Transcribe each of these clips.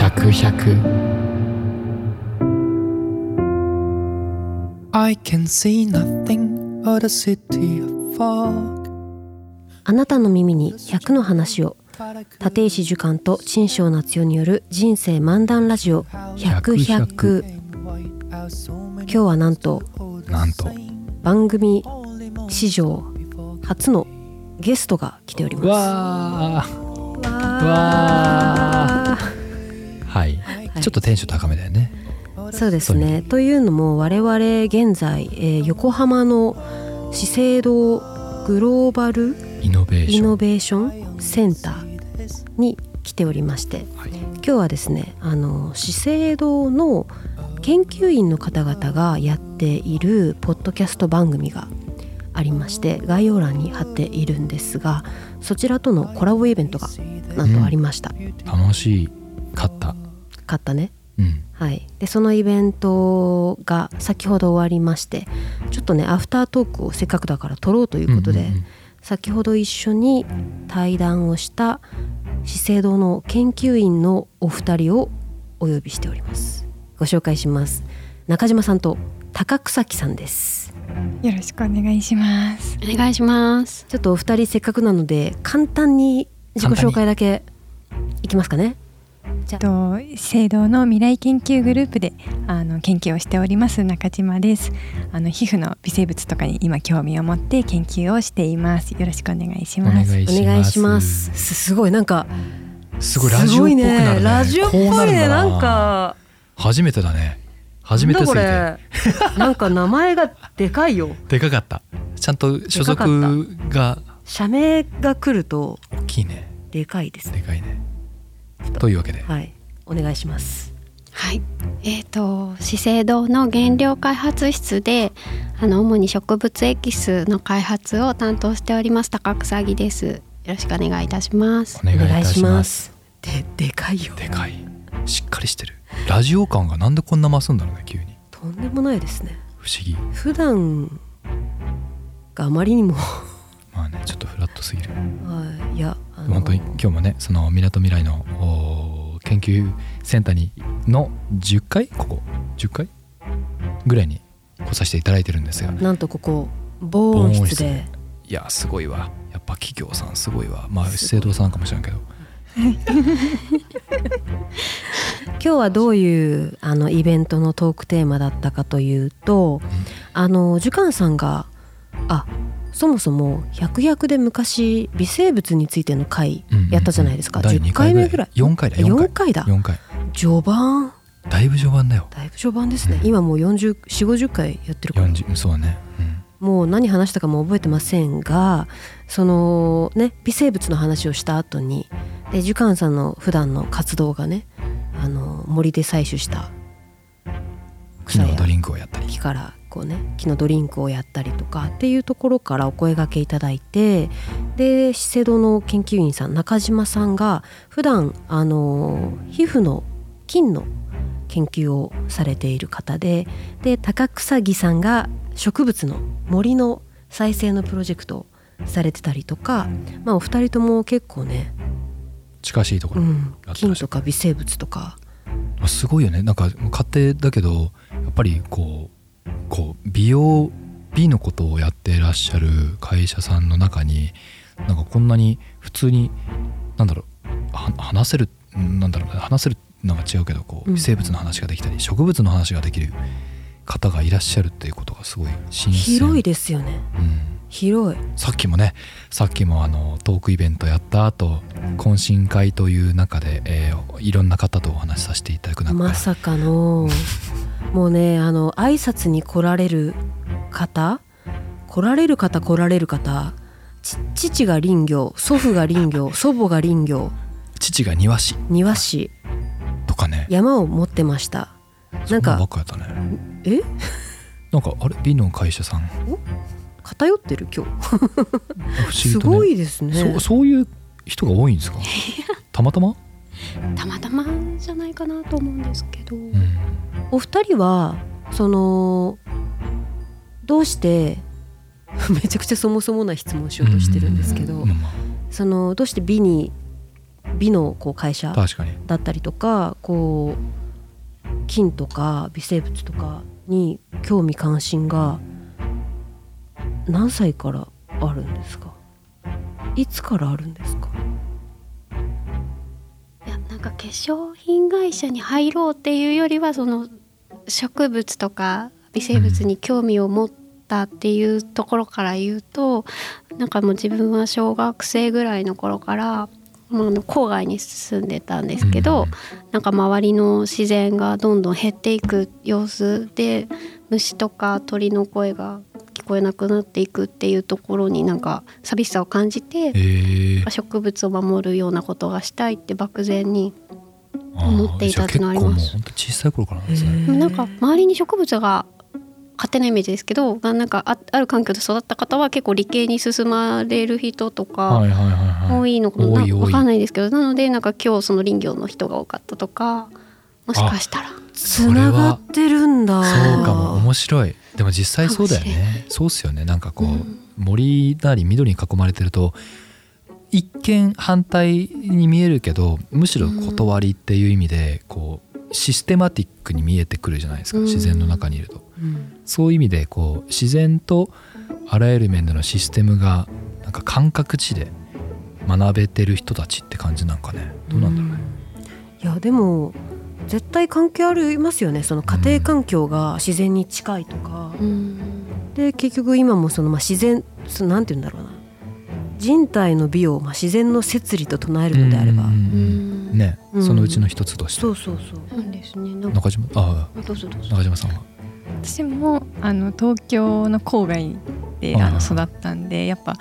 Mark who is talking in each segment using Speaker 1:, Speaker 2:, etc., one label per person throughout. Speaker 1: 百百
Speaker 2: I can see nothing but a city of fog.
Speaker 3: あなたの耳に100の話を立石寿貫と陳翔夏代による人生漫談ラジオ100 100今日はなんと
Speaker 1: なんと
Speaker 3: 番組史上初のゲストが来ております
Speaker 1: わ
Speaker 3: わ
Speaker 1: ーはい、
Speaker 3: い
Speaker 1: ちょっとテンション高めだよね
Speaker 3: ーそうですねというのも我々現在、えー横浜の資生堂グローバル
Speaker 1: イノベー
Speaker 3: イ
Speaker 1: ション
Speaker 3: ノベーションセンターに来ておりまして
Speaker 1: はい
Speaker 3: 今日はですねあの資生堂の研究員の方々がやっているポッドキャスト番組がありまして概要欄に貼っているんですがそちらとのコラボイベントがなんとありました、
Speaker 1: 楽しかった
Speaker 3: 買ったね
Speaker 1: うん
Speaker 3: はい、でそのイベントが先ほど終わりましてちょっとねアフタートークをせっかくだから撮ろうということで、
Speaker 1: うんうんうん
Speaker 3: 先ほど一緒に対談をした資生堂の研究員のお二人をお呼びしておりますご紹介します中島さんと高草木さんです
Speaker 4: よろしくお願いします。
Speaker 5: お願いします。
Speaker 3: ちょっとお二人せっかくなので簡単に自己紹介だけいきますかね
Speaker 4: と制度の未来研究グループであの研究をしております中島です。あの皮膚の微生物とかに今興味を持って研究をしています。よろしくお願いし
Speaker 1: お
Speaker 4: ま
Speaker 1: 願い
Speaker 4: す。
Speaker 1: します
Speaker 3: お願いしますすすごいなんか
Speaker 1: すごいラジオっぽくなるね
Speaker 3: すごいねラジオっぽ
Speaker 1: こう
Speaker 3: い
Speaker 1: る
Speaker 3: ね
Speaker 1: だ
Speaker 3: なんか
Speaker 1: 初めてだね初めてすぎて
Speaker 3: なんだこれなんか名前がでかいよ
Speaker 1: でかかったちゃんと所属が
Speaker 3: 社名が来ると
Speaker 1: 大きいね
Speaker 3: でかいですね
Speaker 1: でかいねというわけで
Speaker 3: はいお願いします
Speaker 5: はい。えっ、と資生堂の原料開発室で、あの主に植物エキスの開発を担当しております高草木です。よろしくお願いいたします
Speaker 1: お。願いいたします
Speaker 3: すででかいよ
Speaker 1: でかいしっかりしてるラジオ感がなんでこんな増すんだろうね急に
Speaker 3: とんでもないですね
Speaker 1: 不思議
Speaker 3: 普段があまりにも
Speaker 1: まあねちょっとフラットすぎる
Speaker 3: はいいやあの
Speaker 1: 本当に今日もねそのみなとみらいのおー研究センターにの10回ここ10回ぐらいに来させていただいてるんですが
Speaker 3: なんとここ防音室で
Speaker 1: いやすごいわやっぱ企業さんすごいわまあ資生堂さんかもしれんけど
Speaker 3: 今日はどういうあのイベントのトークテーマだったかというと、あの寿貫さんがあそもそも「百薬」で昔微生物についての回
Speaker 1: うんうんうん
Speaker 3: やったじゃないですか、
Speaker 1: 第
Speaker 3: 10
Speaker 1: 二
Speaker 3: 回目ぐらい
Speaker 1: 4回だ4回
Speaker 3: 4回だ
Speaker 1: 4回
Speaker 3: 序盤
Speaker 1: だいぶ序盤だよ
Speaker 3: だいぶ序盤ですね、
Speaker 1: うん
Speaker 3: 今もう40 4 5 0回やってるから
Speaker 1: 40そうだね、うん
Speaker 3: もう何話したかも覚えてませんがそのね微生物の話をした後にで寿貫さんの普段の活動がねあの森で採取した
Speaker 1: 木のドリンクをやったり
Speaker 3: 木からこうね木のドリンクをやったりとかっていうところからお声掛けいただいてで資生堂の研究員さん中島さんが普段あの皮膚の菌の研究をされている方でで高草木さんが植物の森の再生のプロジェクトをされてたりとか、まあ、お二人とも結構ね、
Speaker 1: 近しいとこ
Speaker 3: う
Speaker 1: ろ、
Speaker 3: ん
Speaker 1: やってら、っしゃる
Speaker 3: 菌とか微生物とか
Speaker 1: あすごいよねなんか勝手だけどやっぱりこうこう美容美のことをやってらっしゃる会社さんの中になんかこんなに普通になんだろうは話せるんなんだろうな話せるのが違うけどこう
Speaker 3: うん
Speaker 1: 微生物の話ができたり植物の話ができる方がいらっしゃるっていうことがすごい新鮮
Speaker 3: 広いですよね
Speaker 1: うん
Speaker 3: 広い。
Speaker 1: さっきもねさっきもあのトークイベントやった後懇親会という中で、えーいろんな方とお話しさせていただく中
Speaker 3: まさかのもうねあの挨拶に来られる方来られる方来られる方ち父が林業祖父が林業祖母が林業
Speaker 1: 父が庭師
Speaker 3: 庭師
Speaker 1: とかね
Speaker 3: 山を持ってましたなん
Speaker 1: そば
Speaker 3: か
Speaker 1: っかやったね
Speaker 3: え
Speaker 1: なんかあれ美の会社さん不
Speaker 3: 偏ってる今
Speaker 1: 思
Speaker 3: 日、
Speaker 1: 議
Speaker 3: す
Speaker 1: とね
Speaker 3: ごいですね
Speaker 1: そそういう人が多いんですかたまたま、
Speaker 5: たまたまじゃないかなと思うんですけど、
Speaker 1: うん、
Speaker 3: お二人はそのどうして めちゃくちゃそもそもな質問をしようとしてるんですけど、
Speaker 1: うんまあまあ
Speaker 3: そのどうして美に美のこう会社
Speaker 1: 確かに
Speaker 3: だったりとかこう菌とか微生物とかに興味関心が何歳からあるんですかいつからあるんですか
Speaker 5: いやなんか化粧品会社に入ろうっていうよりはその植物とか微生物に興味を持ったっていうところから言うとなんかもう自分は小学生ぐらいの頃から、まあ、あの郊外に住んでたんですけど、
Speaker 1: うん
Speaker 5: なんか周りの自然がどんどん減っていく様子で虫とか鳥の声が聞こえなくなっていくっていうところになんか寂しさを感じて
Speaker 1: え。ー
Speaker 5: 植物を守るようなことがしたいって漠然に
Speaker 1: あー
Speaker 5: 思っていたってのあります
Speaker 1: じゃあ結構もう本当小さい頃からなんですね
Speaker 5: でもなんか周りに植物が勝手なイメージですけどがなんかあある環境で育った方は結構理系に進まれる人と
Speaker 1: は
Speaker 5: か
Speaker 1: いはいはいは
Speaker 5: 多
Speaker 1: い
Speaker 5: いのかな、
Speaker 1: 多い多い
Speaker 5: わかんないですけどなのでなんか今日その林業の人が多かったとかもしかしたら
Speaker 3: つながってるんだ
Speaker 1: そうかも面白いでも実際そうだよ
Speaker 5: かもしれ
Speaker 1: ねそうっすよねなんかこう、
Speaker 5: うん
Speaker 1: 森なり緑に囲まれてると一見反対に見えるけどむしろ断りっていう意味でこうシステマティックに見えてくるじゃないですか
Speaker 5: うん
Speaker 1: 自然の中にいると。
Speaker 3: うん
Speaker 1: そういう意味でこう自然とあらゆる面でのシステムがなんか感覚値で学べてる人たちって感じなんかねどうなんだろうね。
Speaker 3: いやでも絶対関係ありますよねその家庭環境が自然に近いとか、
Speaker 5: うん
Speaker 3: で結局今もその、まあ、自然そのなんて言うんだろうな人体の美を、まあ、自然の摂理と唱えるのであれば、
Speaker 1: うんうんうんね、
Speaker 3: うん
Speaker 1: そのうちの一つとして
Speaker 3: そうそうそう
Speaker 5: そうですねなん
Speaker 1: 中
Speaker 5: か
Speaker 1: 島あ
Speaker 5: どうぞどう
Speaker 1: あ
Speaker 5: ぞ
Speaker 1: 中島さんは
Speaker 4: 私もあの東京の郊外であの育ったんでやっぱ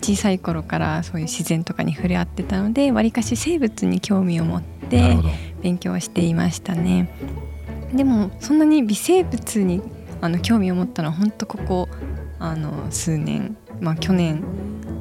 Speaker 4: 小さい頃からそういう自然とかに触れ合ってたのでわりかし生物に興味を持っ
Speaker 1: なる
Speaker 4: て
Speaker 1: ほど
Speaker 4: 勉強していましたねでもそんなに微生物にあの興味を持ったのは本当ここあの数年、まあ、去年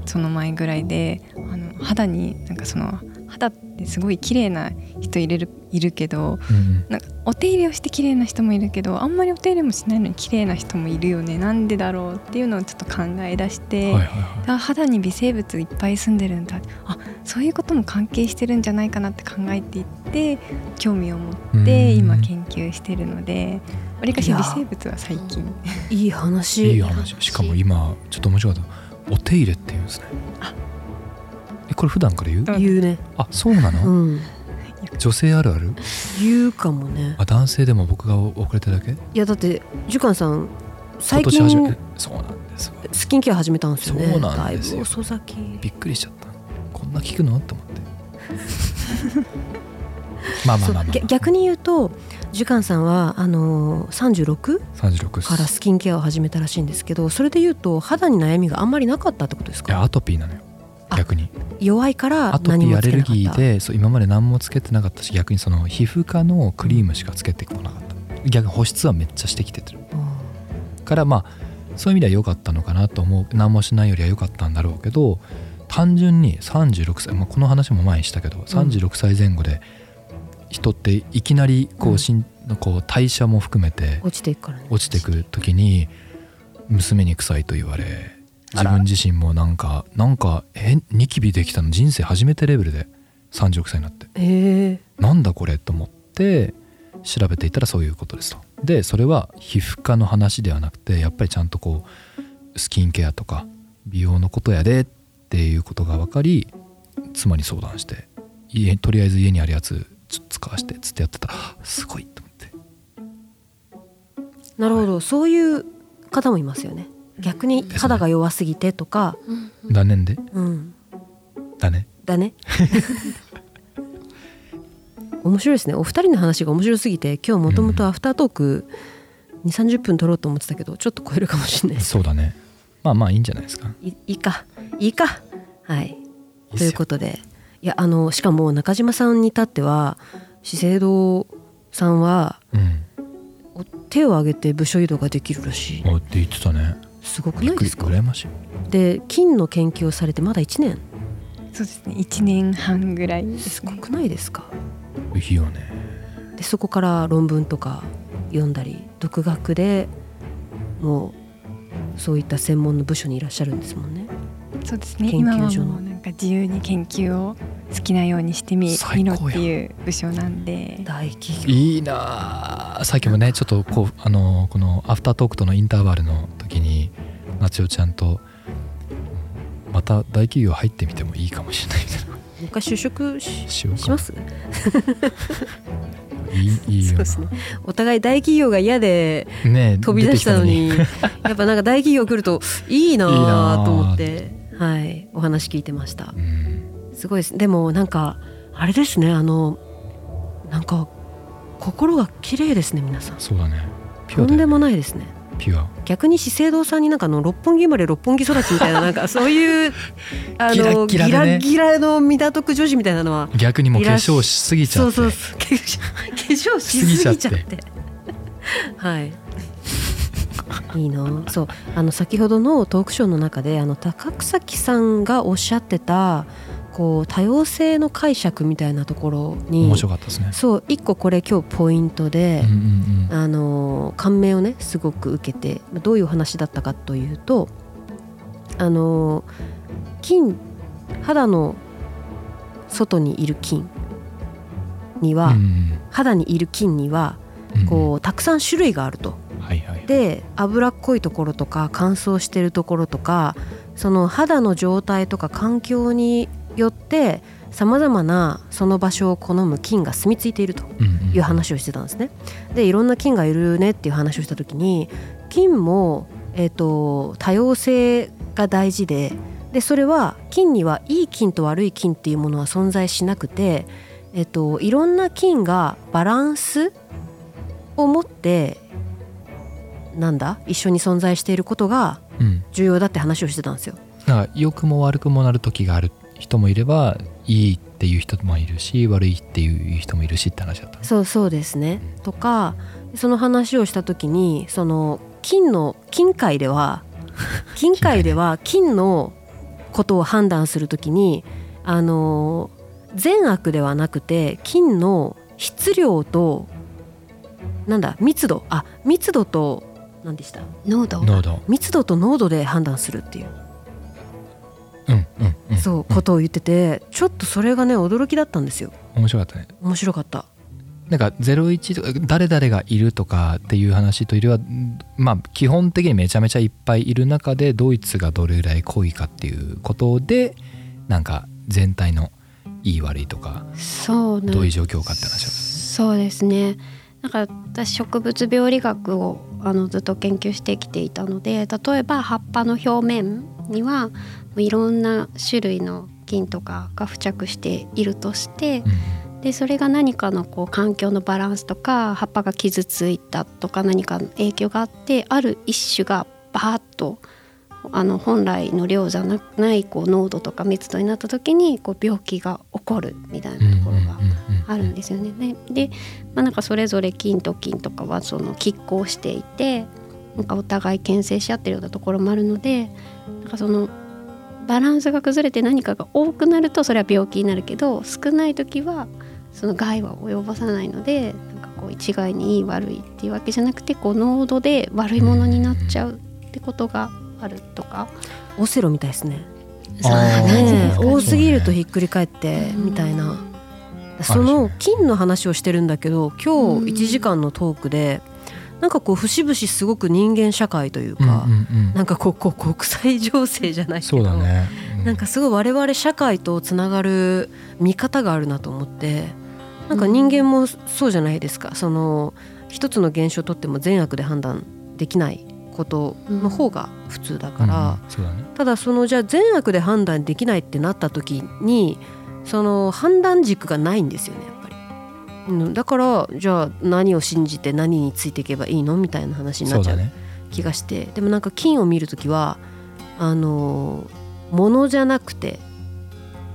Speaker 4: その前ぐらいであの肌になんかその肌ってすごい綺麗な人いれるいるけど
Speaker 1: うんうん
Speaker 4: なんかお手入れをして綺麗な人もいるけどあんまりお手入れもしないのに綺麗な人もいるよねなんでだろうっていうのをちょっと考え出し
Speaker 1: は
Speaker 4: て、
Speaker 1: いはいはい
Speaker 4: あ肌に微生物いっぱい住んでるんだあそういうことも関係してるんじゃないかなって考えていって興味を持って
Speaker 1: うん
Speaker 4: 今研究してるのでわりかし微生物は最近
Speaker 3: いい話
Speaker 1: いい話しかも今ちょっと面白かったお手入れって言うんですね
Speaker 4: あ
Speaker 1: えこれ普段から言う
Speaker 4: うん
Speaker 3: 言うね、
Speaker 1: あそうな
Speaker 3: う
Speaker 1: の
Speaker 3: ん、
Speaker 1: 女性あるある
Speaker 3: 言うかもね
Speaker 1: あ男性でも僕が遅れただけ
Speaker 3: いやだってジュカンさん
Speaker 1: 今
Speaker 3: 最
Speaker 1: 年初め
Speaker 3: 近
Speaker 1: てそうなんですわ
Speaker 3: スキンケア始めたんですよね
Speaker 1: そうなんですよ
Speaker 3: だいぶ遅咲き
Speaker 1: びっくりしちゃったこんな聞くのと思って まあまあ
Speaker 3: そう
Speaker 1: まあまあ
Speaker 3: ぎゃ逆に言うとジュカンさんはあのー、36
Speaker 1: 36っ
Speaker 3: から
Speaker 1: す
Speaker 3: スキンケアを始めたらしいんですけどそれで言うと肌に悩みがあんまりなかったってことです
Speaker 1: いや
Speaker 3: か
Speaker 1: アトピーなのよ
Speaker 3: あ
Speaker 1: 逆に
Speaker 3: 弱いから
Speaker 1: アト
Speaker 3: 何
Speaker 1: ピー
Speaker 3: も
Speaker 1: ア
Speaker 3: つ
Speaker 1: レル
Speaker 3: けなか
Speaker 1: ギ
Speaker 3: っ
Speaker 1: ー
Speaker 3: た
Speaker 1: でそう今まで何もつけてなかったし逆にその皮膚科のクリームしかつけてこなかった逆に保湿はめっちゃしてきててるからまあそういう意味では良かったのかなと思う何もしないよりは良かったんだろうけど単純に36歳、まあ、この話も前にしたけど36歳前後で人っていきなりこ
Speaker 3: う
Speaker 1: うんしんこう代謝も含めて
Speaker 3: 落ちていくからね
Speaker 1: 落ちてく時に娘に臭いと言われ自分自身もなんかなんかえニキビできたの人生初めてレベルで36歳になって
Speaker 3: へえ
Speaker 1: なんだこれと思って調べていたらそういうことですと。でそれは皮膚科の話ではなくてやっぱりちゃんとこうスキンケアとか美容のことやでっていうことが分かり妻に相談して家とりあえず家にあるやつちょっと使わせてっつってやってたらあすごいと思って
Speaker 3: なるほどそういう方もいますよね逆に肌が弱すぎてとか
Speaker 5: うん
Speaker 1: だねんで
Speaker 3: うん
Speaker 1: だね
Speaker 3: だね面白いですねお二人の話が面白すぎて今日もともとアフタートーク2 3 0分取ろうと思ってたけどちょっと超えるかもしれないです
Speaker 1: そうだねまあまあいいんじゃないですか
Speaker 3: いいいかいいかはい
Speaker 1: いいっ
Speaker 3: と
Speaker 1: す
Speaker 3: い
Speaker 1: よ
Speaker 3: うことでいやあのしかも中島さんに至っては資生堂さんは
Speaker 1: うん
Speaker 3: お手を挙げて部署移動ができるらしい
Speaker 1: あって言ってたね
Speaker 3: すごく
Speaker 1: び
Speaker 3: な
Speaker 1: っ
Speaker 3: い
Speaker 1: く
Speaker 3: で
Speaker 1: り
Speaker 3: すか
Speaker 1: 羨ましい
Speaker 3: で金の研究をされてまだ1年
Speaker 4: そうですね1年半ぐらいです
Speaker 3: すご
Speaker 4: ね
Speaker 3: くないですか
Speaker 1: いいよね
Speaker 3: でそこから論文とか読んだり独学でもうそういった専門の部署にいらっしゃるんですもんね
Speaker 4: そうですね
Speaker 3: 研究所
Speaker 4: 今は
Speaker 3: の
Speaker 4: もうなんか自由に研究を好きなようにしてみ
Speaker 1: 最
Speaker 4: 見ろっ
Speaker 1: 高や
Speaker 4: ていう部署なんで
Speaker 3: 大企業
Speaker 1: いいなあさっきもねちょっとこうあのこのアフタートークとのインターバルの時に夏代ちゃんとうんまた大企業入ってみてもいいかもしれないみたいな
Speaker 3: もう一回就職し
Speaker 1: しようか
Speaker 3: します
Speaker 1: いいいいよ
Speaker 3: そう
Speaker 1: な
Speaker 3: ですねお互い大企業が嫌で
Speaker 1: ねえ
Speaker 3: 飛び出したのにやっぱなんか大企業来るといいなあと思ってはい、お話聞いてまし
Speaker 1: 出
Speaker 3: た
Speaker 1: てきたのにうん
Speaker 3: すごいですでもなんかあれですねあのなんか心が綺麗ですね皆さん
Speaker 1: そうだねピュ
Speaker 3: と
Speaker 1: アだ
Speaker 3: ん
Speaker 1: よね
Speaker 3: でもないですね
Speaker 1: ピュア
Speaker 3: 逆に資生堂さんになんかあの六本木生まれ六本木育ちみたいななんかそういうあ
Speaker 1: ギラ
Speaker 3: の
Speaker 1: ッギラでね
Speaker 3: ギラギラの港区女子みたいなのは
Speaker 1: 逆にもう化粧しすぎちゃって
Speaker 3: そうそうそう化粧化粧しすぎちゃって
Speaker 1: しすぎ
Speaker 3: はいいいなそうあの先ほどのトークショーの中であの高草木さんがおっしゃってたこう多様性の解釈みたいなところに
Speaker 1: 面白かったですね
Speaker 3: そう一個これ今日ポイントで、
Speaker 1: うんうん
Speaker 3: あの感銘をねすごく受けてどういうお話だったかというとあの菌肌の外にいる菌に
Speaker 1: うん
Speaker 3: は、
Speaker 1: うん
Speaker 3: 肌にいる菌には
Speaker 1: うん
Speaker 3: こうたくさん種類があると。
Speaker 1: うんはいはい
Speaker 3: で脂っこいところとか乾燥してるところとかその肌の状態とか環境によってさまざまなその場所を好む菌が住み着いていると。
Speaker 1: うん
Speaker 3: いう話をしてたんですね。でいろんな菌がいるねっていう話をした時に菌も、えー、と多様性が大事ででそれは菌にはいい菌と悪い菌っていうものは存在しなくて、えー、といろんな菌がバランスを持ってなんだ一緒に存在していることが
Speaker 1: うんうん
Speaker 3: 重要だって話をしてたんですよ。
Speaker 1: なんか良くも悪くもなる時がある人もいればいいっていう人もいるし悪いっていう人もいるしって話だったね
Speaker 3: そうそうですねとかその話をした時にその金の金界 では金界では金のことを判断する時にあの善悪ではなくて金の質量となんだ密度あ密度と何でした
Speaker 5: 濃度
Speaker 1: 濃度
Speaker 3: 密度と濃度で判断するっていう
Speaker 1: うんうんうん
Speaker 3: そうことを言っててちょっとそれがね驚きだったんですよ
Speaker 1: 面白かったね
Speaker 3: 面白かった
Speaker 1: なんか01とか誰々がいるとかっていう話というよりはんまあ基本的にめちゃめちゃいっぱいいる中でドイツがどれぐらい濃いかっていうことでなんか全体のいい悪いとか
Speaker 5: そうなん
Speaker 1: どういう状況かって話を
Speaker 5: そうですねなんか私植物病理学をあのずっと研究してきていたので例えば葉っぱの表面にはいろんな種類の菌とかが付着しているとして
Speaker 1: うん
Speaker 5: でそれが何かのこう環境のバランスとか葉っぱが傷ついたとか何かの影響があってある一種がバーッとあの本来の量じゃなないこう濃度とか密度になった時にこう病気が起こるみたいなところがあるんですよね。ででまあ、なんかそれぞれ金と金とかはその拮抗していてなんかお互い牽制し合ってるようなところもあるのでなんかそのバランスが崩れて何かが多くなるとそれは病気になるけど少ない時はその害は及ぼさないのでなんかこう一概にいい悪いっていうわけじゃなくてこう濃度で悪いものになっちゃうってことがあるとか。
Speaker 3: オセロみたいですね
Speaker 1: あー
Speaker 3: ねえ
Speaker 1: そう
Speaker 3: 多すぎるとひっくり返ってみたいな、その金の話をしてるんだけど今日1時間のトークでなんかこう節々すごく人間社会という
Speaker 1: うん
Speaker 3: か、
Speaker 1: うんうん
Speaker 3: なんかこうこう国際情勢じゃないけど
Speaker 1: そうだねう
Speaker 3: なんかすごい我々社会とつながる見方があるなと思ってなんか人間もそうじゃないですかその一つの現象をとっても善悪で判断できないことの方が普通だから。
Speaker 1: うんそうだね
Speaker 3: ただそのじゃあ善悪で判断できないってなった時にその判断軸がないんですよねやっぱり。うん、だからじゃあ何を信じて何についていけばいいのみたいな話にな
Speaker 1: そ
Speaker 3: っ
Speaker 1: う
Speaker 3: ち
Speaker 1: だ
Speaker 3: ゃう
Speaker 1: ね
Speaker 3: 気がして、でもなんか金を見る時はあの物じゃなくて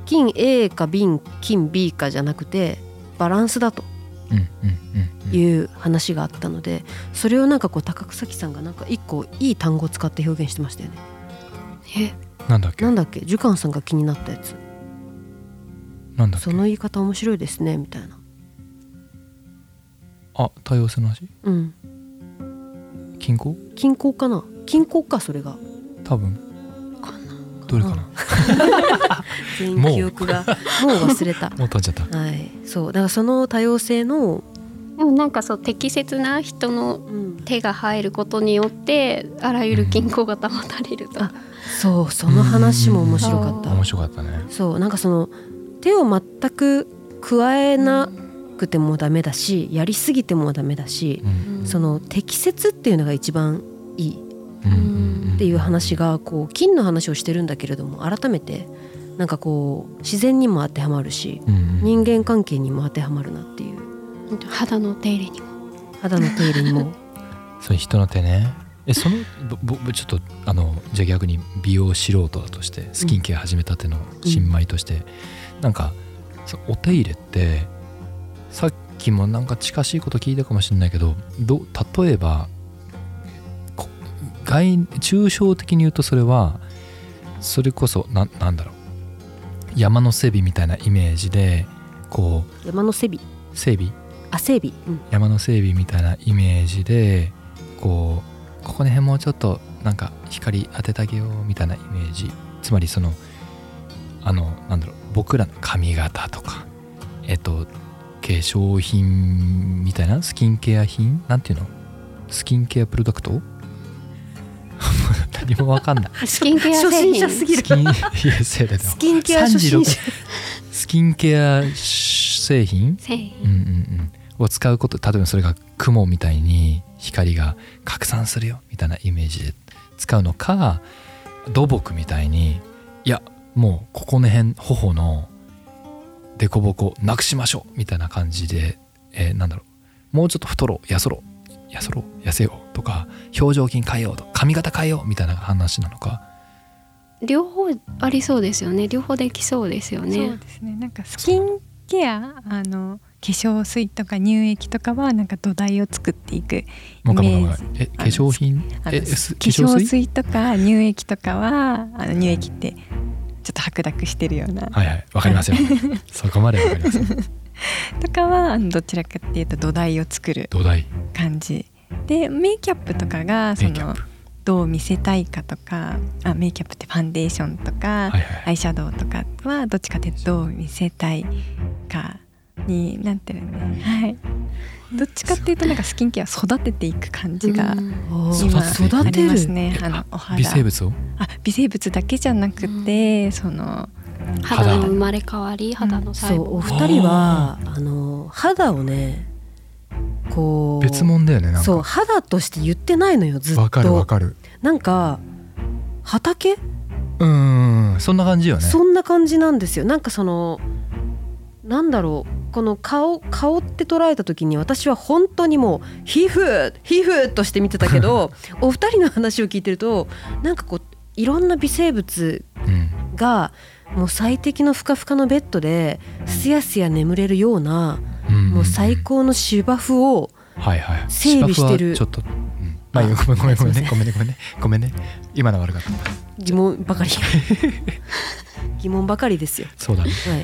Speaker 3: 金 A か瓶金 B かじゃなくてバランスだと
Speaker 1: うんうんうん
Speaker 3: いう話があったのでそれをなんかこう高草木さんがなんか一個いい単語を使って表現してましたよね。
Speaker 1: うんなんだっけ
Speaker 3: なんだっけジュカンさんが気になったやつ。
Speaker 1: なんだっけ
Speaker 3: その言い方面白いですねみたいな。
Speaker 1: あ多様性の話
Speaker 3: うん。
Speaker 1: 均衡
Speaker 3: 均衡かな。均衡かそれが。
Speaker 1: 多分どれかな
Speaker 3: 全員記憶がもう忘れた
Speaker 1: もう飛んじゃった
Speaker 3: はいそうだからその多様性の、
Speaker 5: でもなんかそう適切な人の手が入ることによってあらゆる均衡が保たれると、
Speaker 3: あそうその話も面白かっ
Speaker 5: う
Speaker 3: た
Speaker 5: ん
Speaker 1: 面白かったね
Speaker 3: そうなんかその手を全く加えなくてもダメだしやりすぎてもダメだし
Speaker 1: う、ん
Speaker 3: その適切っていうのが一番いい
Speaker 1: うんうんん
Speaker 3: っていう話がこう金の話をしてるんだけれども改めてなんかこう自然にも当てはまるし
Speaker 1: うんうん
Speaker 3: 人間関係にも当てはまるなっていう
Speaker 5: 本当肌のお手入れにも
Speaker 3: 肌の手入れ にも
Speaker 1: それ人の手ねえそのぼぼちょっとあのじゃあ逆に美容素人だとしてスキンケア始めたての新米として、なんかそお手入れってさっきもなんか近しいこと聞いたかもしれないけどど例えばこ概抽象的に言うとそれはそれこそななんだろう山の整備みたいなイメージでこ
Speaker 3: 山の背び
Speaker 1: う整備
Speaker 3: 汗び、うん
Speaker 1: 山の整備みたいなイメージでこうここら辺もうちょっとなんか光当ててあげようみたいなイメージつまりそのあのなんだろう僕らの髪型とかえっと化粧品みたいなスキンケア品なんていうのスキンケアプロダクト もう何もわかんない
Speaker 5: スキンケア
Speaker 3: 初
Speaker 5: 製
Speaker 3: 心
Speaker 5: 品
Speaker 3: 者すぎ
Speaker 1: ス
Speaker 3: る
Speaker 1: キンいやせいだよ
Speaker 3: スキンケア初心者
Speaker 1: スキンケア製品
Speaker 5: 製品
Speaker 1: うんうんうん、を使うこと例えばそれが雲みたいに光が拡散するよみたいなイメージで使うのか土木みたいにいやもうここの辺頬の凸凹なくしましょうみたいな感じで、えーなんだろうもうちょっと太ろう痩そろう痩そろう痩せようとか表情筋変えようと髪型変えようみたいな話なのか
Speaker 5: 両方ありそうですよね両方できそうですよ
Speaker 4: そう
Speaker 5: ね
Speaker 4: ですねなんかスキンケアあの化粧水とか乳液とかはなんか土台を作っていく
Speaker 1: もうかも
Speaker 4: イ
Speaker 1: か
Speaker 4: メ
Speaker 1: も
Speaker 4: ー
Speaker 1: か
Speaker 4: ジ
Speaker 1: え化粧品
Speaker 4: あの
Speaker 1: え
Speaker 4: 化
Speaker 1: す
Speaker 4: 粧水とか乳液とかはあの乳液ってちょっと白濁してるような
Speaker 1: はいはいわかりますよそこまでわかりますよ
Speaker 4: とかはあのどちらかっていうと土台を作る
Speaker 1: 土台
Speaker 4: 感じでメイキャップとかがそ
Speaker 1: メイキャッ
Speaker 4: の
Speaker 1: プ
Speaker 4: どう見せたいかとかあメイキャップってファンデーションとか、
Speaker 1: はいはい
Speaker 4: アイシャドウとかはどっちかっていうとどう見せたいかになってるねはいどっちかっていうとなんかスキンケア育てていく感じが
Speaker 5: うん
Speaker 3: おー
Speaker 1: 育てていく
Speaker 4: あ
Speaker 3: 育て
Speaker 4: ります
Speaker 3: る
Speaker 4: ね
Speaker 1: え
Speaker 4: あの
Speaker 1: あ
Speaker 4: お肌
Speaker 1: 微生物を
Speaker 4: あ微生物だけじゃなくて、その
Speaker 5: 肌の生まれ変わり肌の細
Speaker 3: そ
Speaker 5: 胞
Speaker 3: うお二人はあの肌をねこう
Speaker 1: 別物だよねなんか
Speaker 3: そう肌として言ってないのよずっと
Speaker 1: わかるわかる
Speaker 3: なんか畑
Speaker 1: うーんそんな感じよね
Speaker 3: そんな感じなんですよなんかそのなんだろうこの顔顔って捉えた時に私は本当にもう皮膚皮膚として見てた けどお二人の話を聞いてるとなんかこういろんな微生物
Speaker 1: うん
Speaker 3: がもう最適のふかふかのベッドですやすや眠れるような
Speaker 1: うんんん
Speaker 3: もう最高の芝生を
Speaker 1: はいはい
Speaker 3: 整備して
Speaker 1: 芝生は
Speaker 3: る
Speaker 1: ちょっとうんまあごめんごめんごめんねごめんねごめんねごめんね今の悪かった
Speaker 3: 疑問 ばかり疑問ばかりですよ。
Speaker 1: そう だね
Speaker 3: はい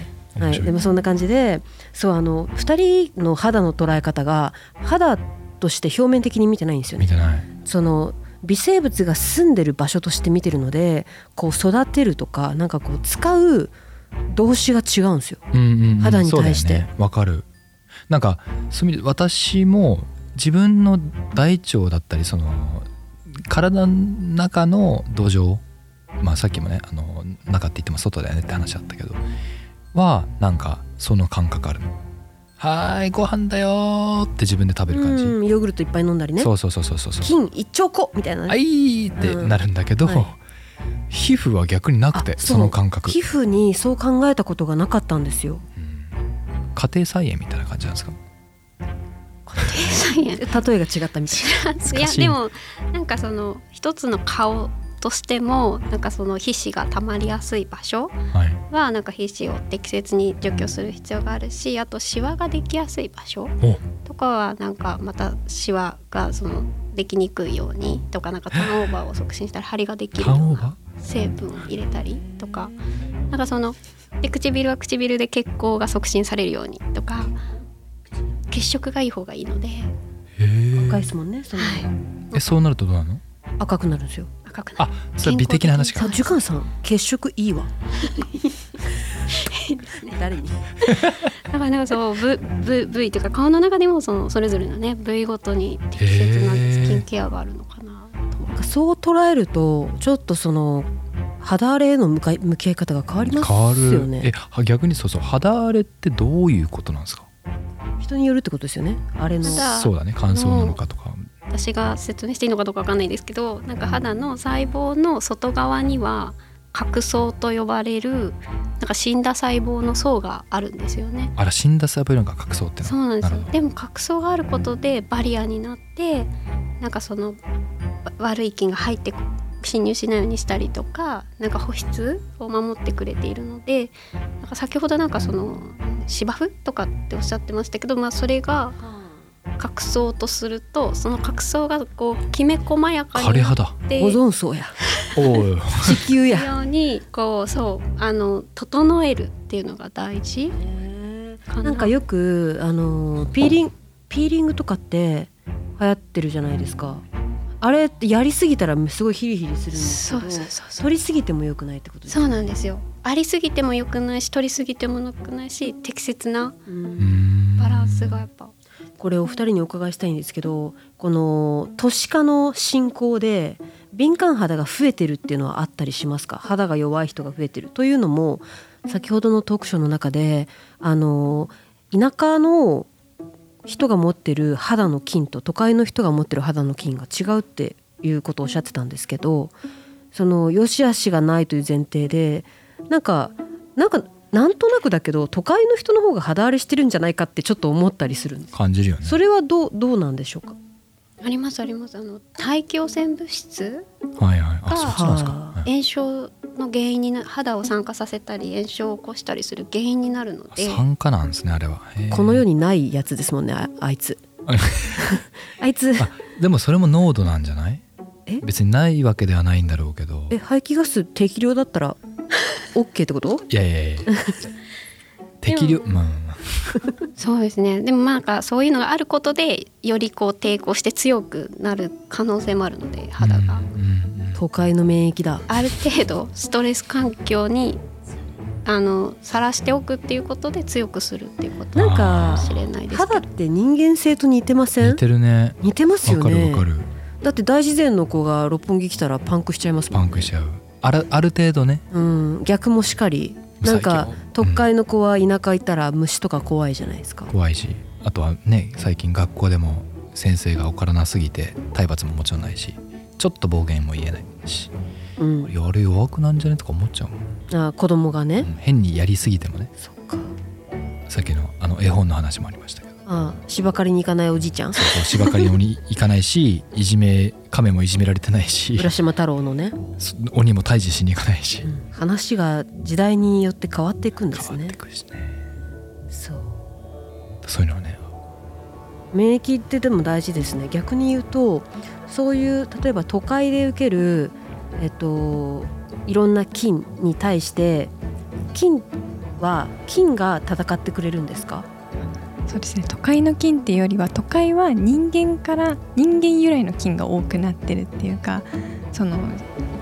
Speaker 1: 面
Speaker 3: はい、
Speaker 1: 白い
Speaker 3: でもそんな感じでそうあの2人の肌の捉え方が肌として表面的に見てないんですよ
Speaker 1: 見
Speaker 3: ね
Speaker 1: てない
Speaker 3: その微生物が住んでる場所として見てるのでこう育てるとかなんかこう使う動詞が違うんですよ
Speaker 1: うんうんうん
Speaker 3: 肌に対して
Speaker 1: そうだよねわ、かるなんかそういう意味で私も自分の大腸だったりその体の中の土壌まあさっきもねあの中って言っても外だよねって話あったけどはなんかその感覚あるはーいご飯だよーって自分で食べる感じ、
Speaker 3: うんヨーグルトいっぱい飲んだりね
Speaker 1: そうそうそうそうそうそう
Speaker 3: 金一丁粉みたいなね、
Speaker 1: はいーってなるんだけど、
Speaker 3: うんはい
Speaker 1: 皮膚は逆になくて
Speaker 3: あ
Speaker 1: その感覚、
Speaker 3: 皮膚にそう考えたことがなかったんですよ
Speaker 1: うん家庭菜園みたいな感じなんですか
Speaker 5: サイエン
Speaker 3: 例えが違ったみたい
Speaker 5: い
Speaker 1: 難
Speaker 5: や
Speaker 1: しい
Speaker 5: でもなんかその一つの顔としてもなんかその皮脂が溜まりやすい場所
Speaker 1: はい
Speaker 5: はなんか皮脂を適切に除去する必要があるしあとシワができやすい場所
Speaker 1: お
Speaker 5: とかはなんかまたシワがそのできにくいようにとかなんかターンオーバーを促進したり張りができる
Speaker 1: ター
Speaker 5: よ
Speaker 1: ン
Speaker 5: う
Speaker 1: オーバー
Speaker 5: な成分を入れたりとかなんかそので唇は唇で血行が促進されるようにとか血色がいい方がいいので
Speaker 1: へ
Speaker 3: な
Speaker 1: ー
Speaker 3: 赤いですもんねその
Speaker 5: はい
Speaker 1: えそうなるとどうなの
Speaker 3: 赤くなるんですよ
Speaker 5: 赤深くな
Speaker 1: あ
Speaker 5: る
Speaker 1: それ美的な話
Speaker 5: 健
Speaker 1: か
Speaker 5: 康
Speaker 3: 樹幹さん血色いい わ誰に
Speaker 5: だからなんかそう部部部位というか顔の中でもそのそれぞれのね部位ごとに適切なスキンケアがあるのかなと思う
Speaker 3: なんかそう捉えるとちょっとその肌荒れへの向かい向き合い方が変わります
Speaker 1: 変わ
Speaker 3: よ
Speaker 1: るえ
Speaker 3: ね
Speaker 1: は逆にそうそう肌荒れってどういうことなんですか
Speaker 3: 人によるってことですよねあれの
Speaker 5: ただ
Speaker 1: そうだね乾燥なのかとか
Speaker 5: 私が説明していいのかどうかわかんないですけどなんか肌の細胞の外側には角層と呼ばれるなんか死んだ細胞の層があるんですよね。
Speaker 1: あら死んだ細胞なんか隠そうっての
Speaker 5: そうなんですよ
Speaker 1: るほど
Speaker 5: でも角層があることでバリアになってなんかそのわ悪い菌が入ってこ侵入しないようにしたりとかなんか保湿を守ってくれているのでなんか先ほどなんかその芝生とかっておっしゃってましたけど、まあ、それが角層とするとその角層がこうきめ細やか
Speaker 1: 枯
Speaker 5: に
Speaker 1: れ
Speaker 5: なっ
Speaker 1: 肌
Speaker 5: て
Speaker 3: オゾン 層や
Speaker 1: おう
Speaker 3: 地球や
Speaker 5: ようにこうそうあの整えるっていうのが大事かな
Speaker 3: なんかよくあのピーリングピーリングとかって流行ってるじゃないですか。あれってやりすぎたらすごいヒリヒリするんですけ
Speaker 5: そ
Speaker 3: ど、
Speaker 5: うそうそうそう
Speaker 3: 取りすぎても良くないってことです
Speaker 5: そうなんですよありすぎても良くないし取りすぎても良くないし適切な
Speaker 3: うん
Speaker 1: ん
Speaker 5: バランスがやっぱ
Speaker 3: これお二人にお伺いしたいんですけど、この都市化の進行で敏感肌が増えてるっていうのはあったりしますか？肌が弱い人が増えてるというのも先ほどのトークショーの中であの田舎の人が持ってる肌の菌と都会の人が持ってる肌の菌が違うっていうことをおっしゃってたんですけどその良し悪しがないという前提でなんかなんかなんとなくだけど都会の人の方が肌荒れしてるんじゃないかってちょっと思ったりするんです
Speaker 1: 感じるよね
Speaker 3: それはどうどうなんでしょうか
Speaker 5: ありますありますあの大気汚染物質
Speaker 1: はいはいあ
Speaker 5: が
Speaker 1: そうなんですか
Speaker 3: は
Speaker 5: 炎症の原因にな肌を酸化させたり炎症を起こしたりする原因になるの
Speaker 1: はい
Speaker 5: で
Speaker 1: 酸化なんですねあれはへー
Speaker 3: この世にないやつですもんねああいつ あいつ
Speaker 1: あでもそれも濃度なんじゃない
Speaker 3: え
Speaker 1: 別にないわけではないんだろうけど
Speaker 3: え排気ガス適量だったら OK ってこと
Speaker 1: いやいやいや適量まあまあまあ
Speaker 5: そうですねでもまあなんかそういうのがあることでよりこう抵抗して強くなる可能性もあるので肌が、
Speaker 1: うんうんうん
Speaker 3: 都会の免疫だ
Speaker 5: ある程度ストレス環境にあのさらしておくっていうことで強くするっていうこと
Speaker 3: なん
Speaker 5: か
Speaker 3: か
Speaker 5: もしれないですけ
Speaker 3: 肌
Speaker 5: ど
Speaker 3: って人間性と似てません
Speaker 1: 似てるね
Speaker 3: 似てます
Speaker 1: わ
Speaker 3: よ
Speaker 1: かる
Speaker 3: ね
Speaker 1: わかる
Speaker 3: だって大自然の子が六本木来たらパンクしちゃいますも
Speaker 1: パ
Speaker 3: んね
Speaker 1: ンクしちゃうあるある程度ね
Speaker 3: うん逆もしかりなんか
Speaker 1: 最近
Speaker 3: 都会の子は田舎行ったら虫とか怖いじゃないですか
Speaker 1: 怖いしあとはね最近学校でも先生がおからなすぎて体罰ももちろんないしちょっと暴言も言えないし
Speaker 3: うん
Speaker 1: いやあれ弱くなんじゃねとか思っちゃうもん、
Speaker 3: あ子供が
Speaker 1: う
Speaker 3: ね
Speaker 1: ん変にやりすぎてもね
Speaker 3: そっか
Speaker 1: さっきのあの絵本の話もありましたけど
Speaker 3: あ芝刈りに行かないおじいちゃん
Speaker 1: そうそう芝刈り用に行かない しいじめ亀もいじめられてないし
Speaker 3: 浦島太郎のね、
Speaker 1: そ鬼も退治しに行かないし
Speaker 3: うん話が時代によって変わっていくんです
Speaker 1: 変わっ
Speaker 3: ね
Speaker 1: てくるしね
Speaker 3: そう
Speaker 1: そういうのはね
Speaker 3: 免疫ってでも大事ですね逆に言うとそういう例えば都会で受ける、えっと、いろんな菌に対して菌は菌が戦ってくれるんですか
Speaker 4: そうですね都会の菌っていうよりは都会は人間から人間由来の菌が多くなってるっていうかその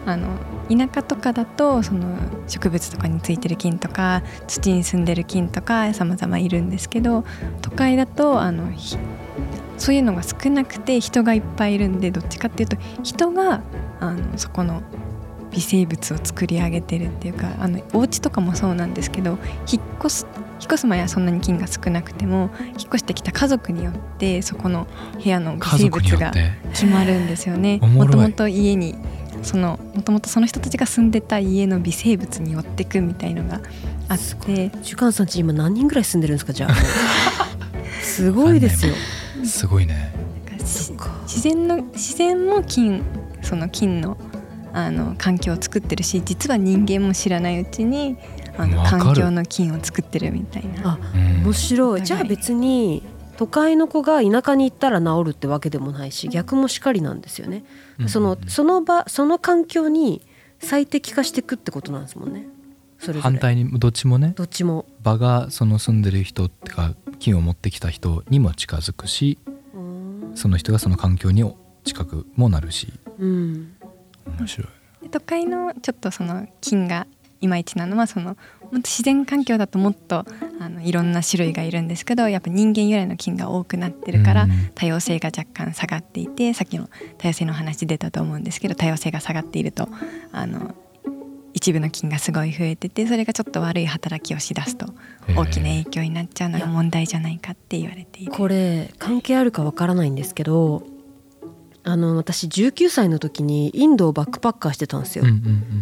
Speaker 4: あの田舎とかだとその植物とかについてる菌とか土に住んでる菌とか様々いるんですけど都会だとあのひそういうのが少なくて人がいっぱいいるんでどっちかっていうと人があのそこの微生物を作り上げてるっていうかあのお家とかもそうなんですけど引っ越す引っ越す前はそんなに菌が少なくても引っ越してきた家族によってそこの部屋の微
Speaker 1: 家
Speaker 4: 生
Speaker 1: 族
Speaker 4: 物
Speaker 1: によ
Speaker 4: が
Speaker 1: って
Speaker 4: 決まるんですよね
Speaker 1: おも
Speaker 4: も
Speaker 1: ろい
Speaker 4: ともと家にそのもともとその人たちが住んでた家の微生物に寄ってくみたいのがあって
Speaker 3: 主幹さんち今何人ぐらい住んでるんです かじゃあすごいですよ
Speaker 1: すごいね
Speaker 4: なんかし
Speaker 3: そっか
Speaker 4: 自然の自然も菌その菌のあの環境を作ってるし実は人間も知らないうちにあの
Speaker 1: わかる
Speaker 4: 環境の菌を作ってるみたいな
Speaker 3: あ
Speaker 1: うん
Speaker 3: 面白い
Speaker 4: お互い
Speaker 3: じゃあ別に都会の子が田舎に行ったら治るってわけでもないし逆もしかりなんですよね
Speaker 1: うん
Speaker 3: そのその場その環境に最適化していくってことなんですもんねそれぞれ
Speaker 1: 反対にどっちもね
Speaker 3: どっちも、
Speaker 1: 場がその住んでる人ってか金を持ってきた人にも近づくし
Speaker 3: うん
Speaker 1: その人がその環境にも近くもなるし
Speaker 3: うん、
Speaker 1: 面白い
Speaker 4: で都会のちょっとその菌がいまいちなのはそのもっと自然環境だともっとあのいろんな種類がいるんですけどやっぱ人間由来の菌が多くなってるから、
Speaker 1: うん
Speaker 4: 多様性が若干下がっていてさっきの多様性の話出たと思うんですけど多様性が下がっているとあの一部の菌がすごい増えててそれがちょっと悪い働きをしだすと
Speaker 1: へー
Speaker 4: 大きな影響になっちゃうのが問題じゃないかって言われている。
Speaker 3: これ関係あるかわからないんですけどあの私19歳の時にインドをバックパッカーしてたんですよ
Speaker 1: うんう。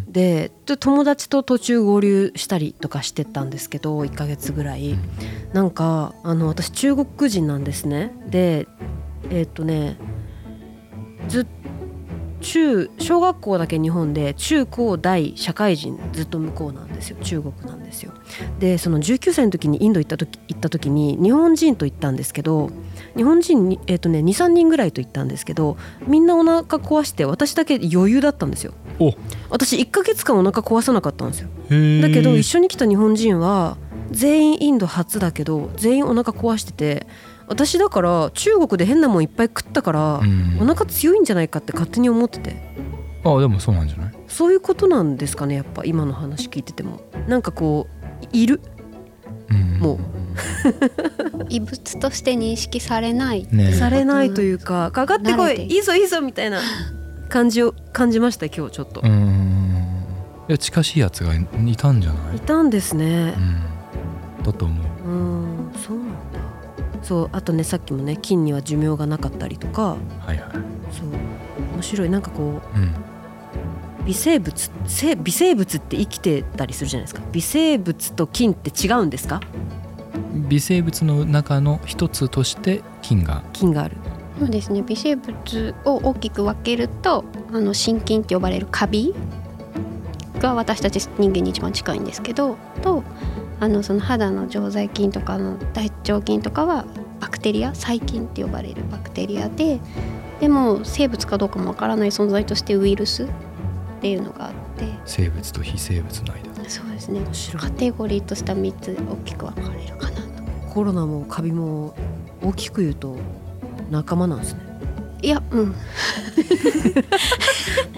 Speaker 1: ん
Speaker 3: でちょっと友達と途中合流したりとかしてたんですけど1ヶ月ぐらいなんかあの私中国人なんですねでえーっとねず中小学校だけ日本で中高大社会人ずっと向こうなんですよ中国なんですよでその19歳の時にインド行った時行った時に日本人と行ったんですけど日本人に、えーっとね、23人ぐらいと行ったんですけどみんなお腹壊して私だけ余裕だったんですよ
Speaker 1: お
Speaker 3: 私1ヶ月間お腹壊さなかったんですよ
Speaker 1: うん
Speaker 3: だけど一緒に来た日本人は全員インド初だけど全員お腹壊してて私だから中国で変なもんいっぱい食ったから
Speaker 1: うん
Speaker 3: お腹強いんじゃないかって勝手に思ってて
Speaker 1: あでもそうなんじゃない
Speaker 3: そういうことなんですかねやっぱ今の話聞いててもなんかこういる
Speaker 1: うん
Speaker 3: もう
Speaker 5: 異物として認識されない
Speaker 1: ねえ
Speaker 3: されないというかかかってこ
Speaker 5: 慣れ
Speaker 3: い
Speaker 5: て
Speaker 3: いいぞいいぞみたいな感じを感じました今日ちょっと
Speaker 1: うーんいや近しいやつがいいたんじゃない
Speaker 3: い、たんですね
Speaker 1: うん、だと思う
Speaker 3: うんそうなんだそうあとねさっきもね菌には寿命がなかったりとか
Speaker 1: はいはい、
Speaker 3: そう面白いなんかこう
Speaker 1: うん、
Speaker 3: 微生物せ微生物って生きてたりするじゃないですか微生物と菌って違うんですか
Speaker 1: 微生物の中の一つとして菌が
Speaker 3: 菌がある
Speaker 5: そうですね微生物を大きく分けるとあの真菌って呼ばれるカビが私たち人間に一番近いんですけどとあのその肌の常在菌とかの大腸菌とかはバクテリア細菌って呼ばれるバクテリアででも生物かどうかもわからない存在としてウイルスっていうのがあって
Speaker 1: 生物と非生物の間
Speaker 5: そうですね
Speaker 3: 面白
Speaker 5: カ
Speaker 3: い
Speaker 5: テゴリーとした3つ大きく分かれるかなと。
Speaker 3: コロナもカビも大きく言うと仲間なんですね
Speaker 5: いやうん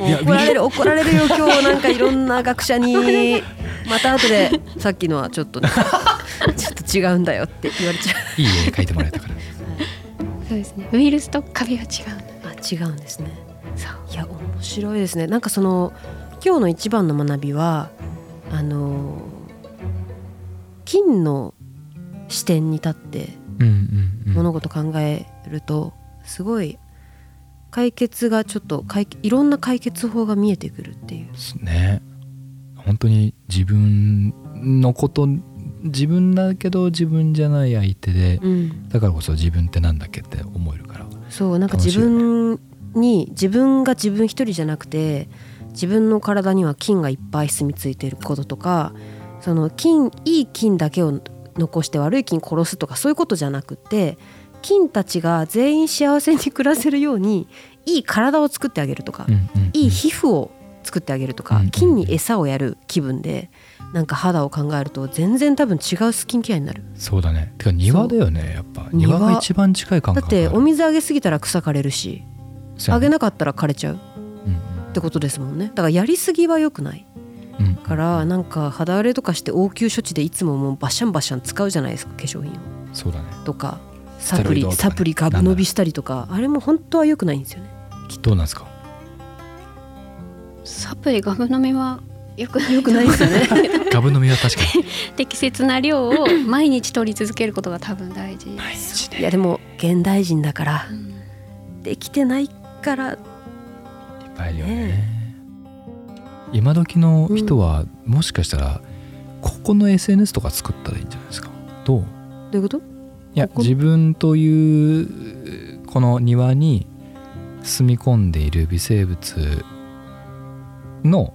Speaker 1: いや
Speaker 3: 怒られる怒られるよ今日なんかいろんな学 者にまた後でさっきのはちょっとね ちょっと違うんだよって言われちゃ
Speaker 1: いい絵描いてもらえたから
Speaker 5: そうですねウイルスとカビは違う
Speaker 3: うあ違うんですね
Speaker 5: そう
Speaker 3: いや面白いですねなんかその今日の一番の学びはあの金の視点に立って
Speaker 1: うんうんうん
Speaker 3: 物事考えるとすごい解決がちょっと解いろんな解決法が見えてくるっていう
Speaker 1: ですね本当に自分のこと自分だけど自分じゃない相手で、
Speaker 3: うん、
Speaker 1: だからこそ自分ってなんだっけって思えるから
Speaker 3: そうなんか
Speaker 1: 楽し
Speaker 3: 自
Speaker 1: いよね
Speaker 3: 分に自分が自分一人じゃなくて自分の体には菌がいっぱい住み着いていることとかその菌いい菌だけを残して悪い菌殺すとかそういうことじゃなくて菌たちが全員幸せに暮らせるようにいい体を作ってあげるとか、
Speaker 1: うんうんうん
Speaker 3: いい皮膚を作ってあげるとか、
Speaker 1: うん
Speaker 3: 菌に餌をやる気分でなんか肌を考えると全然多分違うスキンケアになる
Speaker 1: そうだねてか庭だよねやっぱ
Speaker 3: 庭
Speaker 1: 庭が一番近い感
Speaker 3: だっ
Speaker 1: 覚
Speaker 3: てお
Speaker 1: み
Speaker 3: 水あげすぎたら草枯れるしあげなかったら枯れちゃうってことですもんねだからやりすぎは良くないからなんか肌荒れとかして応急処置でいつももうバシャンバシャン使うじゃないですか化粧品を
Speaker 1: そうだね
Speaker 3: とかサ
Speaker 1: ステ
Speaker 3: プ
Speaker 1: ロイ
Speaker 3: リ、
Speaker 1: ドとかね
Speaker 3: サプリが伸びしたりとかあれも本当は良くないんですよね
Speaker 1: どうなんですか
Speaker 5: サプリガム飲みはよく
Speaker 3: 良くないですよね
Speaker 1: ガブ飲みは確かに
Speaker 5: 適切な量 を毎日取り続けることが多分大事、
Speaker 3: いやでも現代人だから
Speaker 5: うん
Speaker 3: できてないから
Speaker 1: いっぱいいるよね今時の人はもしかしたら、ここの SNS とか作ったらいいんじゃないですかどう
Speaker 3: どういうこと
Speaker 1: いや
Speaker 3: ここ
Speaker 1: 自分というこの庭に住み込んでいる微生物の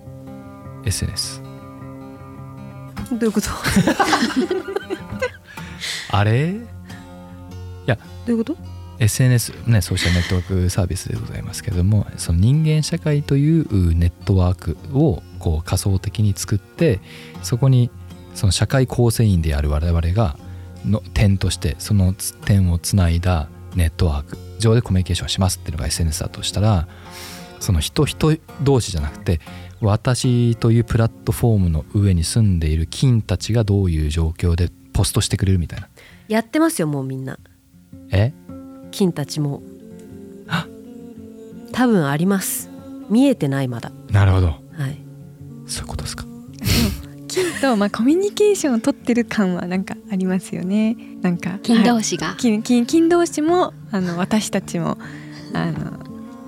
Speaker 1: SNS
Speaker 3: どういうことど
Speaker 1: あれ
Speaker 3: ういうこと
Speaker 1: SNS ねソーシャルネットワークサービスでございますけどもその人間社会というネットワークをこう仮想的に作ってそこにその社会構成員である我々がの点としてそのつ点をつないだネットワーク上でコミュニケーションしますっていうのが SNS だとしたらその人人同士じゃなくて私というプラットフォームの上に住んでいる菌たちがどういう状況でポストしてくれるみたいな
Speaker 3: やってますよもうみんな
Speaker 1: え
Speaker 3: 金たちも多分あります見えてないまだ
Speaker 1: なるほど
Speaker 3: はい
Speaker 1: そういうことですか
Speaker 4: 金とまあコミュニケーションを取ってる感はなんかありますよね。なんか
Speaker 5: 金
Speaker 4: は
Speaker 5: 同
Speaker 4: い
Speaker 5: 士が
Speaker 4: 金金金同士もあの私たちもあの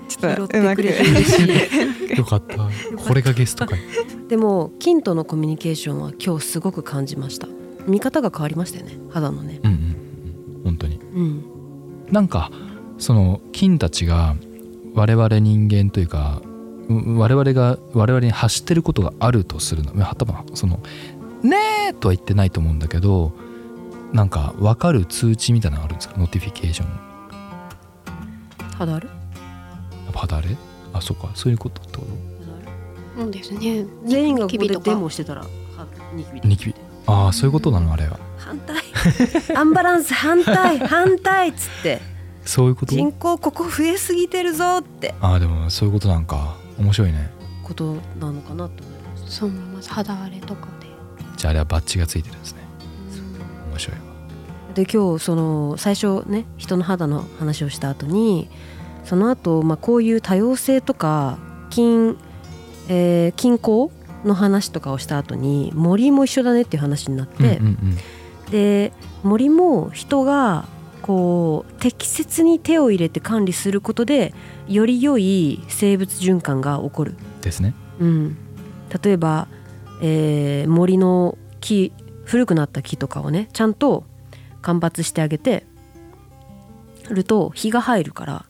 Speaker 4: ちょっ
Speaker 3: 拾
Speaker 4: と
Speaker 3: っ
Speaker 4: う
Speaker 3: てく
Speaker 4: まく
Speaker 3: れてるし
Speaker 1: よかったこれがゲスト会
Speaker 3: でも金とのコミュニケーションは今日すごく感じました見方が変わりましたよね肌のね
Speaker 1: うんうんうん本当に
Speaker 3: うん
Speaker 1: なんかその菌たちが我々人間というかう我々が我々に発してることがあるとするのまあ多分その「ねえ!」とは言ってないと思うんだけどなんか分かる通知みたいなのあるんですかノティフィケーションや
Speaker 3: 肌ある
Speaker 1: っぱ肌荒れあそうかそういうことってこ
Speaker 5: うんですね
Speaker 3: 全員がここ
Speaker 5: ニキビ
Speaker 3: で
Speaker 5: とか
Speaker 3: デモしてたらはニキビ
Speaker 1: とニキビああそういうことなのあれは
Speaker 3: 反対アンバランス反対反対っつって
Speaker 1: そういうこと
Speaker 3: 人口ここ増えすぎてるぞって
Speaker 1: ああでもそういうことなんか面白いね
Speaker 3: ことなのかなと思います
Speaker 5: そう思います肌荒れとかで
Speaker 1: じゃああれはバッジがついてるんですね面白いわ
Speaker 3: で今日その最初ね人の肌の話をした後にその後、まあこういう多様性とか菌、えー菌行の話とかをした後に森も一緒だねっていう話になって、
Speaker 1: うんうん
Speaker 3: で森も人がこう適切に手を入れて管理することでより良い生物循環が起こる
Speaker 1: うん、ですね
Speaker 3: うん、例えば、えー森の木古くなった木とかをねちゃんと間伐してあげてると日が入るから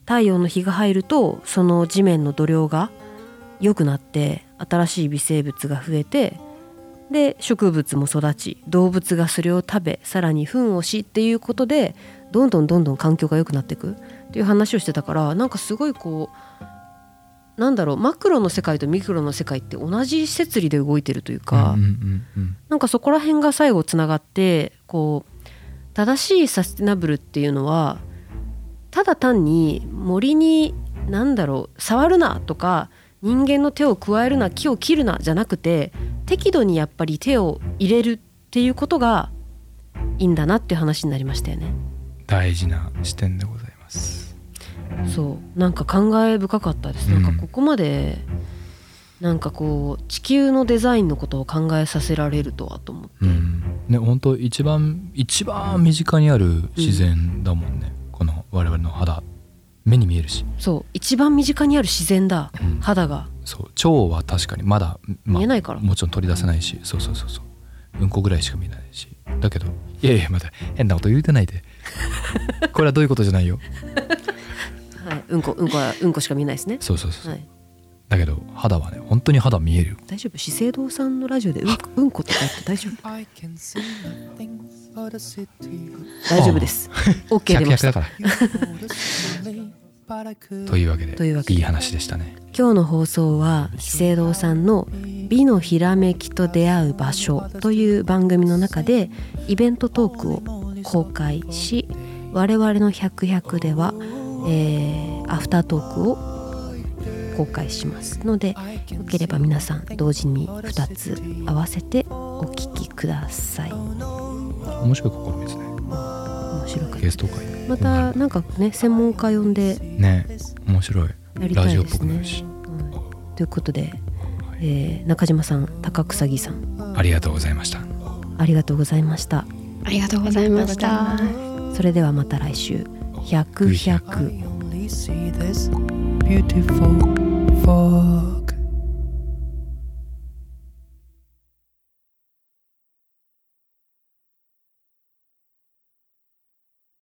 Speaker 3: 太陽の日が入るとその地面の土壌が良くなって新しい微生物が増えてで植物も育ち動物がそれを食べさらに糞をしっていうことでどんどんどんどん環境が良くなっていくっていう話をしてたからなんかすごいこうなんだろうマクロの世界とミクロの世界って同じ摂理で動いてるというか、
Speaker 1: うんうんうんうん
Speaker 3: なんかそこら辺が最後つながってこう正しいサステナブルっていうのはただ単に森に何だろう触るなとか人間の手を加えるな木を切るなじゃなくて適度にやっぱり手を入れるっていうことがいいんだなっていう話になりましたよね。
Speaker 1: 大事な視点でございます。
Speaker 3: そうなんか感慨深かったです、
Speaker 1: うん
Speaker 3: なんかここまでなんかこう地球のデザインのことを考えさせられるとはと思って、
Speaker 1: うん、ね本当一番一番身近にある自然だもんね、この我々の肌目に見えるし、
Speaker 3: そう一番身近にある自然だ
Speaker 1: うん
Speaker 3: 肌が
Speaker 1: そう腸は確かにまだ、まあ
Speaker 3: 見えないから
Speaker 1: もちろん取り出せないしそうそうそうそううんこぐらいしか見えないしだけどいやいやまた変なこと言うてない でこれはどういうことじゃないよ
Speaker 3: はい、うんこうんこはうんこしか見えないですね、
Speaker 1: そうそうそう、
Speaker 3: はい、
Speaker 1: だけど肌はね本当に肌見える
Speaker 3: 大丈夫資生堂さんのラジオでうんこうんことか言って大 丈夫
Speaker 2: I can see nothing but a city of
Speaker 3: 大丈夫です OK
Speaker 1: 百
Speaker 3: 出
Speaker 1: 々
Speaker 3: まし
Speaker 1: だ
Speaker 3: た
Speaker 1: から
Speaker 2: you. but I could
Speaker 1: というわけで
Speaker 3: というわけで
Speaker 1: いい話でしたね
Speaker 3: 今日の放送は資生堂さんの「美のひらめきと出会う場所」という番組の中でイベントトークを公開し我々の「百百では、えーアフタートークを公開しますのでよければ皆さん同時に2つ合わせてお聞きください面
Speaker 1: 面白い試みですね
Speaker 3: 白く
Speaker 1: ゲスト会
Speaker 3: またなんかね専門家呼んで
Speaker 1: ね面白い
Speaker 3: やりた
Speaker 1: ラジ
Speaker 3: い
Speaker 1: オっ
Speaker 3: で
Speaker 1: ぽ
Speaker 3: す
Speaker 1: くな
Speaker 3: ね
Speaker 1: るし、。
Speaker 3: はいということで、
Speaker 1: はい
Speaker 3: えー中島さん高草木さん
Speaker 1: ありがとうございました
Speaker 3: ありがとうございました。
Speaker 5: ありがとうございました
Speaker 3: それではまた来週100 100
Speaker 2: I only see this beautiful fog.